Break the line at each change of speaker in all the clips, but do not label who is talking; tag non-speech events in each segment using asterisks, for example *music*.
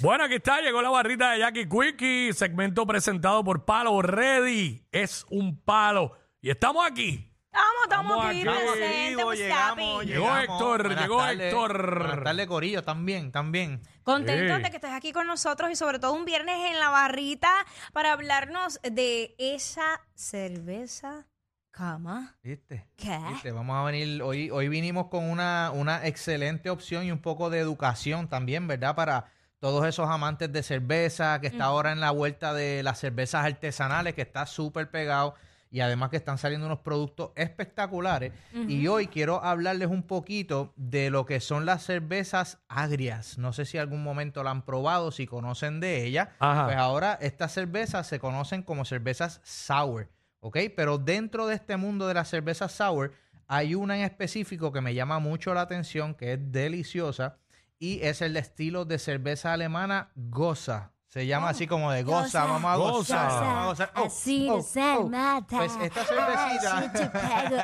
Bueno, aquí está, llegó la barrita de Jackie Quickie, segmento presentado por Palo Ready. Es un palo. Y estamos aquí.
Vamos, estamos
Vamos
aquí,
acá,
presente,
querido,
pues,
llegamos,
happy.
Llegó Héctor,
Buenas
llegó
tardes.
Héctor.
Buenas tardes, Corillo, también, también.
Contento
eh.
Sí.
de que estés aquí con nosotros y sobre todo un viernes en la barrita para hablarnos de esa cerveza cama.
¿Viste?
¿Qué?
¿Viste? Vamos a venir, hoy, hoy vinimos con una, una excelente opción y un poco de educación también, ¿verdad? Para todos esos amantes de cerveza, que está ahora en la vuelta de las cervezas artesanales, que está súper pegado. Y además que están saliendo unos productos espectaculares. Y hoy quiero hablarles un poquito de lo que son las cervezas agrias. No sé si algún momento la han probado, si conocen de ella.
Ajá.
Pues ahora estas cervezas se conocen como cervezas sour, ¿ok? Pero dentro de este mundo de las cervezas sour hay una en específico que me llama mucho la atención, que es deliciosa y es el estilo de cerveza alemana Goza. Se llama así como de Goza,
Goza.
vamos a gozar,
Goza.
vamos a gozar. Oh,
Así
oh,
de ser
oh.
é mata.
Pues esta cervecita- *laughs*
Ay, yo te pago.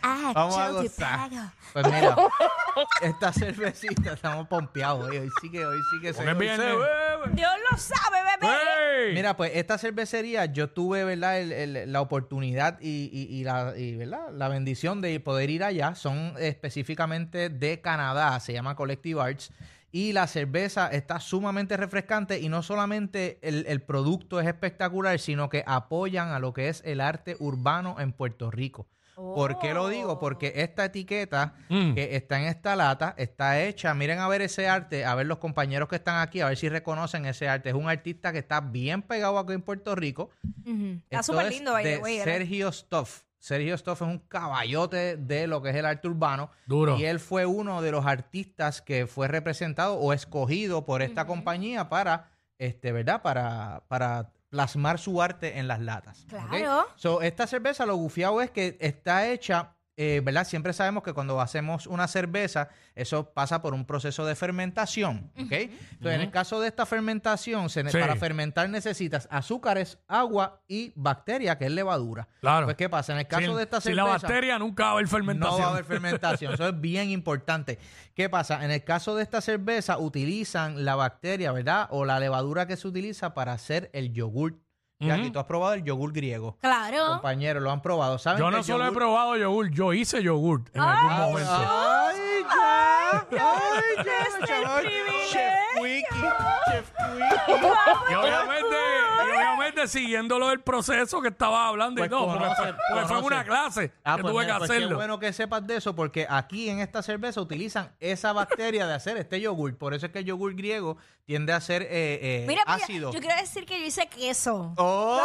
Ay,
Vamos a
yo te
gozar.
pago.
Pues mira, esta cervecita estamos pompeados. Hoy, hoy sí que, hoy sí que se-
Porque es
hoy se-
viernes. ¡Bebe!
Dios lo sabe, bebé.
¡Ey!
Mira, pues esta cervecería yo tuve, ¿verdad? el- el- la oportunidad y, y- y la, y, ¿verdad? la bendición de poder ir allá. Son específicamente de Canadá, se llama Collective Arts. Y la cerveza está sumamente refrescante y no solamente el, el producto es espectacular, sino que apoyan a lo que es el arte urbano en Puerto Rico.
Oh.
¿Por qué lo digo? Porque esta etiqueta
Mm.
que está en esta lata está hecha. Miren a ver ese arte, a ver los compañeros que están aquí, a ver si reconocen ese arte. Es un artista que está bien pegado aquí en Puerto Rico.
Ujú. Está
Esto
súper
es
lindo, by the
de
way, ¿verdad?
Sergio Stoff. Sergio Stoff es un caballote de lo que es el arte urbano.
Duro.
Y él fue uno de los artistas que fue representado o escogido por esta compañía para, este, ¿verdad? Para, para plasmar su arte en las latas. ¿ok?
Claro.
So, esta cerveza, lo gufiado es que está hecha, eh, ¿verdad? Siempre sabemos que cuando hacemos una cerveza, eso pasa por un proceso de fermentación, ¿ok? Entonces, en el caso de esta fermentación, se ne-
Sí.
para fermentar necesitas azúcares, agua y bacteria, que es levadura.
Claro.
Pues, ¿qué pasa? En el caso
Sin-
de esta
sin
cerveza...
la bacteria nunca va a haber fermentación.
No va a haber fermentación. Eso es bien importante. ¿Qué pasa? En el caso de esta cerveza, utilizan la bacteria, ¿verdad? O la levadura que se utiliza para hacer el yogur. Y aquí
Ujú.
tú has probado el yogur griego.
¿Ah?
Claro.
Compañeros, lo han probado. ¿Saben
Yo
que
no
el
solo he
yogur- Ah,
probado yogur, yo hice yogur en algún
Ay,
momento.
ya! ¡Ay,
Este
ya! chaval.
privilegio.
¡Chef Wiki! ¡Chef Wiki!
Y obviamente, y obviamente siguiendo lo del proceso que estaba hablando y
Pues
todo, porque,
conoce,
fue- porque fue
conoce.
una clase
Ah,
que
pues,
tuve que
mira, pues,
hacerlo.
Qué bueno que sepas de eso, porque aquí en esta cerveza utilizan esa bacteria de hacer este yogur. Por eso es que el yogur griego tiende a ser eh, eh,
Mira, mira,
ácido.
yo quiero decir que yo hice queso.
¡Oh!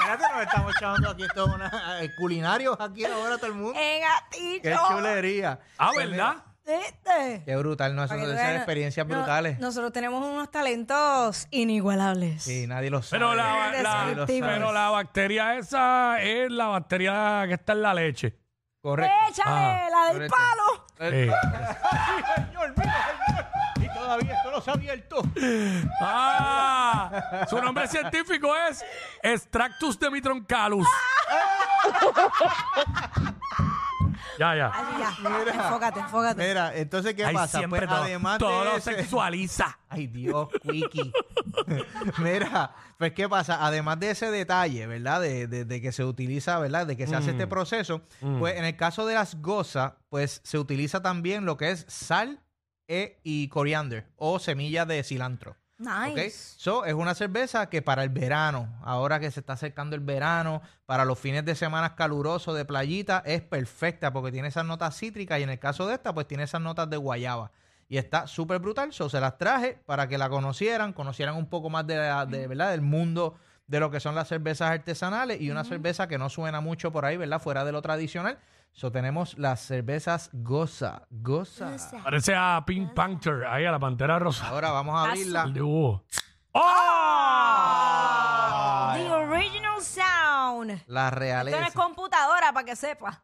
Espérate, nos estamos echando aquí esto es una, eh, culinarios aquí ahora todo el mundo.
¡Eh,
¡Qué
gatillo!
chulería!
Ah,
Pues, mira,
¿verdad?
¿Viste?
¡Qué brutal! No, eso
Para que
debe
tú
ser
veas,
experiencias
no-
brutales.
Nosotros tenemos unos talentos inigualables.
Sí, nadie lo sabe.
Pero la,
Nadie
la-
lo sabe.
pero la bacteria esa es la bacteria que está en la leche.
Correcto.
¡Échale
Ah,
la del
correcto.
palo!
Eh.
Señor, mira, señor. Y todavía esto no se ha abierto.
Ah, su nombre científico es Extractus
*laughs*
demitronkalus. ya, ya.
Así ya. Enfócate, enfócate.
Mira, entonces, ¿qué
Ay,
pasa?
siempre
Pues,
todo,
además de
todo lo
ese-
sexualiza.
Ay, Dios, Wiki. *laughs* Mira, pues, ¿qué pasa? Además de ese detalle, ¿verdad? De, de- de que se utiliza, ¿verdad? De que se hace este proceso, pues en el caso de las gozas, pues se utiliza también lo que es sal e- y coriander o semilla de cilantro.
Nice.
¿ok? So, es una cerveza que para el verano, ahora que se está acercando el verano, para los fines de semana calurosos de playita, es perfecta porque tiene esas notas cítricas y en el caso de esta, pues tiene esas notas de guayaba. Y está súper brutal. So, se las traje para que la conocieran, conocieran un poco más de, la- de, ¿verdad? del mundo de lo que son las cervezas artesanales y una cerveza que no suena mucho por ahí, ¿verdad? Fuera de lo tradicional. So, tenemos las cervezas Goza. Goza.
Goza.
Parece a Pink Panther, ahí a la pantera rosa.
Ahora vamos a abrirla.
El dibujo. ¡Oh!
Ay,
Ah. The original sound.
La
Esto no
realeza.
es computadora, para que sepa.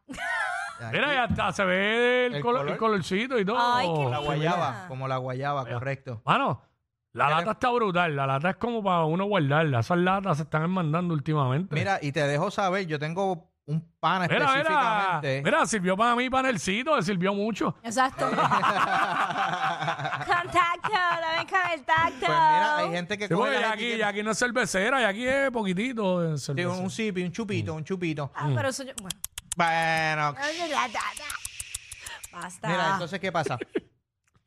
Aquí.
Mira, ya está, se ve el,
El
colo- el
color.
colorcito y todo.
Ay, qué
La
Mira.
guayaba, como la guayaba, correcto.
Mano, la
Mira.
lata está brutal. La lata es como para uno guardarla. Esas latas se están mandando últimamente.
Mira, y te dejo saber, yo tengo un pana
Mira, mira,
específanamente.
mira, sirvió para mí, para Nelsito, le sirvió mucho.
Exacto. *laughs* Contacto, dame con el tacto.
Pues mira, hay gente que
Sí,
coge
porque
las
Jackie,
etiquetas-
Jackie no es cervecera, Jackie es poquitito. de
Sí,
cerveza.
un, un sipi, un chupito, un chupito.
Ah, pero eso yo. Bueno.
Bueno,
Basta.
mira, entonces, ¿qué pasa?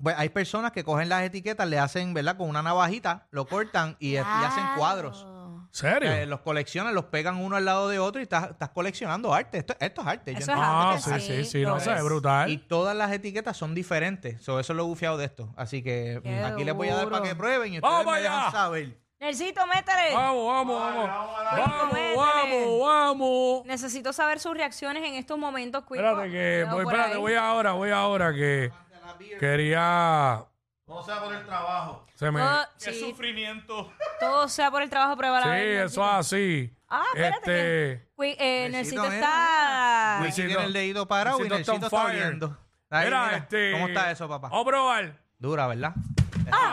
Pues hay personas que cogen las etiquetas, le hacen, ¿verdad? Con una navajita, lo cortan y, y hacen cuadros.
¿Serio?
Eh, los coleccionan, los pegan uno al lado de otro y estás, estás coleccionando arte. Esto, esto es arte. yo
Eso es
entiendo.
ah,
arte,
sí, sí,
sí,
sí, no
lo
sé, es
es.
brutal.
Y todas las etiquetas son diferentes. So, eso es lo bufiado de esto. Así que
Qué
mm, aquí les voy a dar
duro.
para que prueben y ustedes
¡Vamos
me
allá!
dejan saber.
Nelsito, métele.
Vamos, vamos, vamos. Vamos,
métele.
vamos, vamos.
Necesito saber sus reacciones en estos momentos, Cuico.
Espérate que,
Veo
voy,
por
espérate,
ahí.
voy ahora, voy ahora que quería,
No sea por el trabajo.
se me,
Todo,
Qué
sí,
sufrimiento.
todo sea por el trabajo, prueba la
sí,
vez,
eso es
Nelsito.
así.
Ah, espérate.
Este,
Cui- eh,
Nelsito,
Nelsito está.
Wiki
Nelsito.
tiene el dedito parado
Nelsito
y
está
Nelsito
on
está,
fire.
viendo. Ahí,
mira,
mira.
este,
¿Cómo está eso, papá?
Vamos a probar.
Dura, ¿verdad?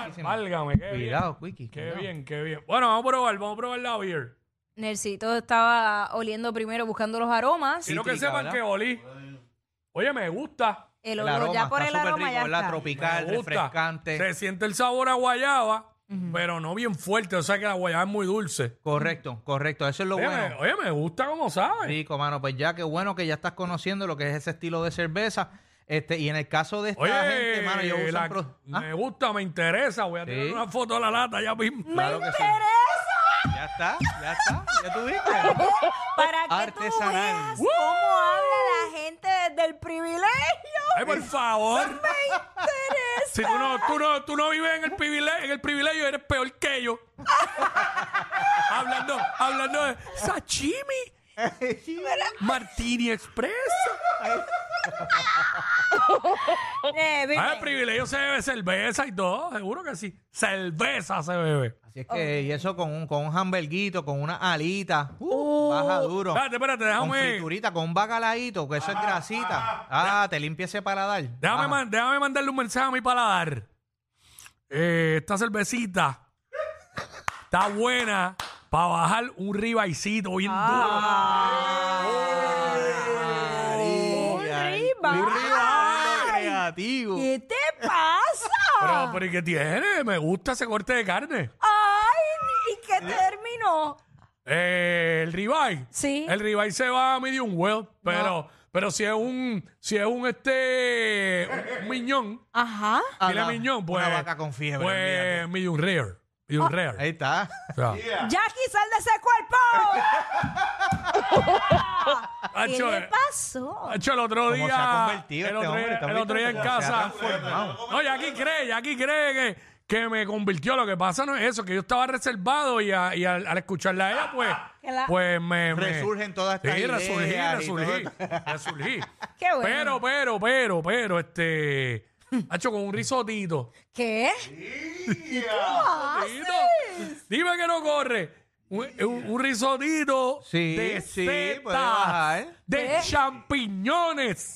Riquísima.
Válgame, Ah, qué bien.
Cuidado, Quiki.
Qué
cuidado.
bien, qué bien. Bueno, vamos a probar, vamos a probar la beer.
Nelsito estaba oliendo primero, buscando los aromas.
Quiero que
Cítrica,
sepan
¿verdad?
que Oli, oye, me gusta.
El
El
olor,
aroma
ya por el
está súper
aroma
rico,
ya
¿verdad?
está.
Tropical,
Me gusta.
refrescante.
Se siente el sabor a guayaba, pero no bien fuerte. O sea que la guayaba es muy dulce.
Correcto, correcto. Eso es lo
Oye,
bueno.
me, oye, me gusta como sabe.
Rico, mano. Pues ya, qué bueno que ya estás conociendo lo que es ese estilo de cerveza. Este, y en el caso de esta
Oye,
gente, mano, yo uso ¿Ah?
la- me gusta, me interesa. Voy a
Sí.
tirar una foto a la lata ya mismo.
Claro que sí. Ya está, ya está, ya tuviste.
Para que tú
Artesanal.
veas cómo habla la gente desde el privilegio.
Ay, por favor. Si tú no, tú no, tú no vives en el privilegio, en el privilegio eres peor que yo. hablando, hablando de sashimi, martini express.
Eh, mira,
Ah, el privilegio se bebe cerveza y todo, seguro que sí. Cerveza se bebe.
Así es que, y eso con un, con un hamburguito, con una alita, uh,
Oh.
baja duro.
Espérate, espérate,
Con
déjame,
friturita, con un bacalaíto, que eso es grasita. Ah, te limpia ese paladar.
déjame,
Baja.
man- déjame mandarle un mensaje a mi paladar. Eh, esta cervecita está buena para bajar un ribaicito bien duro.
Ah. un riba.
Un riba-
Ay,
creativo.
¿Qué te pasa?
Ah.
Pero, pero ¿y qué tiene? Me gusta ese corte de carne.
Ay, ¿y qué terminó?
Eh, el ribeye.
Sí.
El ribeye se va a medium well, pero, pero si es un, si es un este, un miñón,
Ajá.
Ah,
filet
no,
miñón, pues.
Una vaca con fiebre.
Pues
olvídate. Ah.
medium rare. Medium rare.
Ahí está.
O sea,
Jackie, sal de ese cuerpo.
*laughs*
¿Qué
hacho,
le
eh,
pasó?
hacho, el otro
Cómo
día.
se ha convertido
el
este
otro
hombre,
día,
¿te has
el otro día en
visto cómo se ha
casa.
transformado?
No, Jackie cree, Jackie cree que, que me convirtió. Lo que pasa no es eso, que yo estaba reservado y, a- y al, al escucharla a ella, pues,
*laughs* Que la-
pues me, me-
Resurgen todas estas
Sí,
ideas
resurgí,
y todo
resurgí,
esto. *laughs*
resurgí.
Qué
Pero,
bueno.
pero, pero, pero, este... Hacho, con un risotito.
¿Qué? Ah,
Risotito. Dime que no corre. Un, un- un risotito
Sí,
de
sí,
setas,
puede bajar.
de champiñones.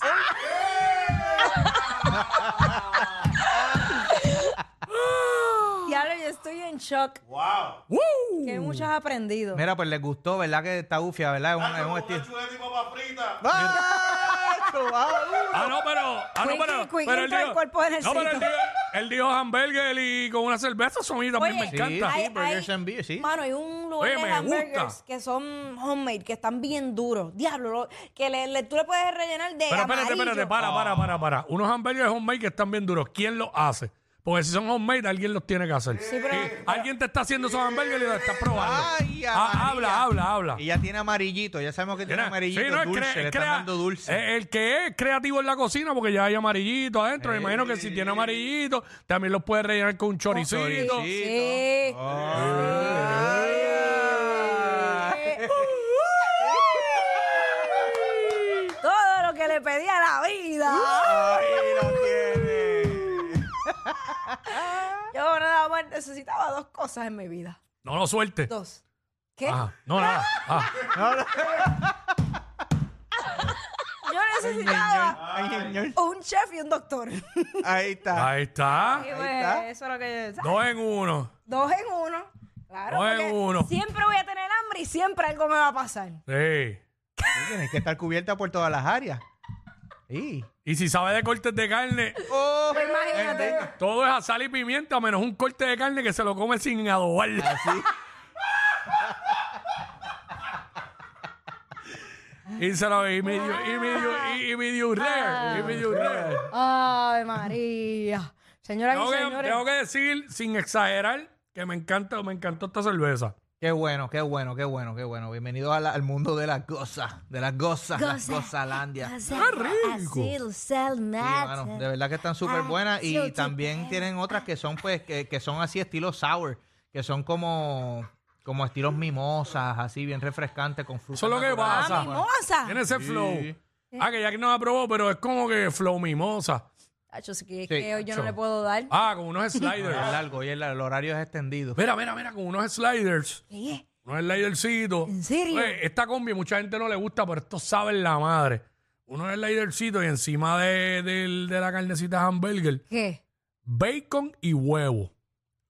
Oh.
Diablo, yo estoy en shock.
¡Wow!
¡Woo!
Que muchas has aprendido.
Mira, pues les gustó, ¿verdad? Que está bufia, ¿verdad? Es un, es
Ah,
Nacho,
un
con una
estilo.
chuleta y papa frita.
¡Nacho, baja duro!
Ah, no, pero... Ah, no,
Quickie,
pero,
Quickie
pero él
entra en
dijo...
cuerpo de
no, pero él
Nelsito.
dijo, él dijo hamburger y con una cerveza, eso a mí también
Oye,
me
Sí,
encanta.
sí,
Ay,
burgers
ay.
and beer, sí.
Mano, hay un lugar
Oye,
de
me
hamburgers
gusta.
que son homemade, que están bien duros. Diablo, lo- que le, le- tú le puedes rellenar de
Pero espérate,
amarillo.
espérate, para,
Ah.
para, para, para. Unos hamburgues homemade que están bien duros. ¿Quién los hace? Porque si son homemade, alguien los tiene que hacer.
Sí, pero-
Y alguien te está haciendo esos hamburgues y los está probando.
Ay,
Ah,
María.
habla, habla, habla.
Y ya tiene amarillito, ya sabemos que tiene
ah. Mira,
amarillito
sí, no, es
dulce,
cre-
le
es
están
crea-
dando dulce.
eh, el que es creativo en la cocina, porque ya hay amarillito adentro. Me imagino que si tiene
Eh.
amarillito, también los puede rellenar con un choricito.
choricito.
Sí. Todo lo que le pedía la vida.
¡Ay, lo tiene!
Yo nada más necesitaba dos cosas en mi vida.
No lo suelte.
Dos. ¿Qué?
Ajá. No, nada. Ah.
Yo necesitaba
Ay, señor.
un chef y un doctor. Y *laughs*
Ahí está.
Ahí está.
pues,
está.
eso es lo que yo-
Dos en uno.
Dos en uno. Claro.
Dos en
porque
uno.
Siempre voy a tener hambre y siempre algo me va a pasar.
Sí.
Tienes que estar cubierta por todas las áreas. Y.
Y si sabe de cortes de carne,
¡Oh!
Imagínate.
bendito.
todo es a sal y pimienta, menos un corte de carne que se lo come sin adobar.
Así.
Y se lo y medio, y medio, y, y medio rare, y medio rare.
Ay, María. Señoras
Tengo
y
que,
señores.
tengo que decir, sin exagerar, que me encanta, me encantó esta cerveza.
Qué bueno, qué bueno, qué bueno, qué bueno. Bienvenido a la- al mundo de las gozas, de las gozas, las
Goza.
gozalandia.
rico!
Así, sal,
Sí,
nata.
mano, de verdad que están súper buenas
Ah,
y
sí,
también
sí.
tienen otras que son pues que, que son así estilo sour, que son como como estilos mimosas, así bien refrescantes con frutas.
Eso es lo que
naturales.
pasa.
Ah, mimosa.
Tiene ese flow. Ah, que ya que nos aprobó, pero es como que flow mimosa.
Tacho, sí que,
Sí,
que hoy yo no
tacho.
le puedo dar.
Ah, con unos
Hoy es *laughs*
sliders.
largo, hoy el, el horario es extendido.
mira, mira, mira, con unos sliders.
Oye,
Unos slidercitos.
¿En serio?
Oye, esta combi mucha gente no le gusta, pero esto sabe la madre. Unos slidercitos y encima de, del- de la carnecita hamburger,
¿Qué?
bacon y huevo.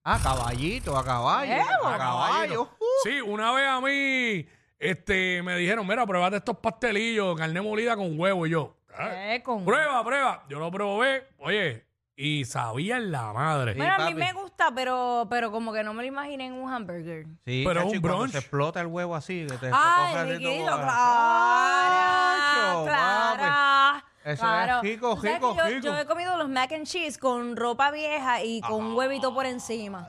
Ah, caballito, a caballo.
Evo.
A caballo.
Uh.
Sí, una vez a mí este, me dijeron, mira, pruébate estos pastelillos, carne molida con huevo. Y yo, "Ah,
¿Qué con...
prueba, prueba. Yo lo probé, oye, y sabía en la madre.
Bueno, a mí
papi.
me gusta, pero, pero como que no me lo imaginé en un hamburger.
Sí,
Pero
chacho,
un
y cuando
brunch.
Se explota el huevo así. Que te
Ay,
coge el
líquido,
dedo,
claro,
chacho, papi.
claro.
Eso
claro.
es rico,
Tú sabes
rico,
que yo,
rico. Ah,
yo he comido los mac and cheese con ropa vieja y con un huevito por encima.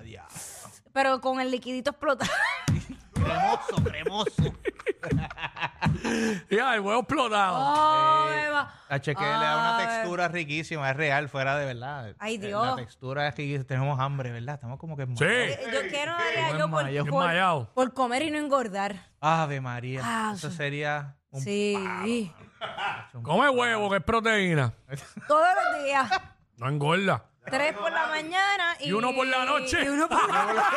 Pero con el liquidito
*laughs*
explotado. *laughs*
Cremoso, cremoso.
Ya, el huevo explotado.
Eh,
Ay, va.
La que le da una
Ay.
textura riquísima, es real, fuera de verdad.
Ah. Ay,
Eh,
Dios.
La textura es que tenemos hambre, ¿verdad? Estamos como que...
Sí.
mareados.
Eh, Yo quiero daría
eh, Yo
yo
enmayado.
por,
Enmayado.
por, por comer y no engordar.
Ave María.
Ah,
Eso
sí.
sería un...
Sí.
Come huevo, que es proteína.
Todos los
*laughs*
días.
No engorda.
Tres por la mañana y,
Y uno por la noche.
Y
*laughs*
uno por la noche.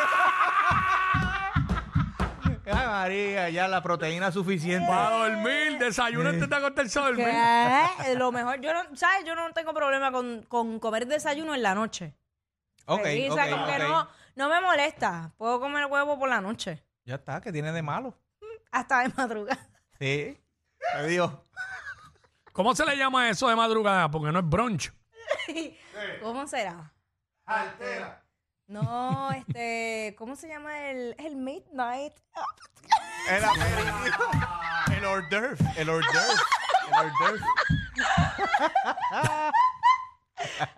Ay, María, ya la proteína suficiente.
Eh,
Para dormir, desayuno antes de acostarse a dormir.
¿Qué? Lo mejor, yo no, ¿sabes? Yo no tengo problema con, con comer desayuno en la noche.
Ok,
Sí, o
ok,
sea, como
ok.
que no, no me molesta. Puedo comer huevo por la noche.
Ya está, ¿qué tiene de malo?
Hasta de madrugada. *laughs*
Sí. Adiós.
¿Cómo se le llama eso de madrugada? Porque no es brunch.
¿Cómo será?
Altera.
No, este, ¿cómo se llama el, el midnight?
El aperitivo. El hors d'oeuvre. El hors d'oeuvre. El
*laughs*
hors d'oeuvre.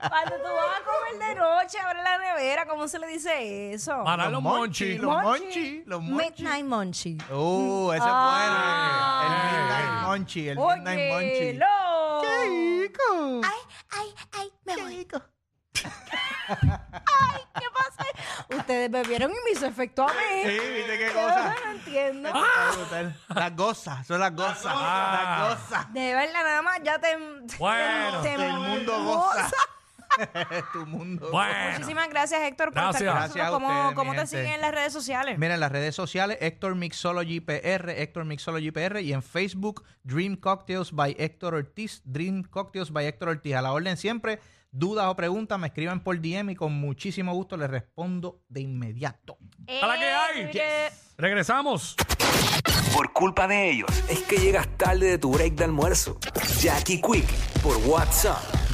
Cuando tú vas a comer de noche, abre la nevera, ¿cómo se le dice eso?
Para los monchis.
Los monchi. Los monchi.
Midnight Munchie.
Uh, ese
Ah.
es bueno. El Midnight Monchi. El Midnight
Oye,
Monchi.
lo.
Chico.
Ay, ay, ay, me voy.
¿Qué pasa? Ustedes bebieron y me hizo efecto a mí.
Sí, viste qué
Yo
cosa.
no entiendo.
Está brutal. Las gozas, son las gozas.
Ah.
Las gozas.
De verdad, nada más ya te.
Bueno,
te-
El mundo goza. tu mundo.
Bueno.
Muchísimas gracias, Héctor, por
Eh, Gracias.
estar con
Gracias a
nosotros. ¿Cómo,
ustedes,
cómo
mi
te
gente.
siguen en las redes sociales?
Mira, en las redes sociales, Héctor Mixology PR, Héctor Mixology PR, y en Facebook, Dream Cocktails by Héctor Ortiz, Dream Cocktails by Héctor Ortiz. A la orden siempre, dudas o preguntas, me escriben por DM y con muchísimo gusto les respondo de inmediato.
¿A la que hay?
Eh,
Regresamos.
Por culpa de ellos es que llegas tarde de tu break de almuerzo. Jackie Quick por WhatsApp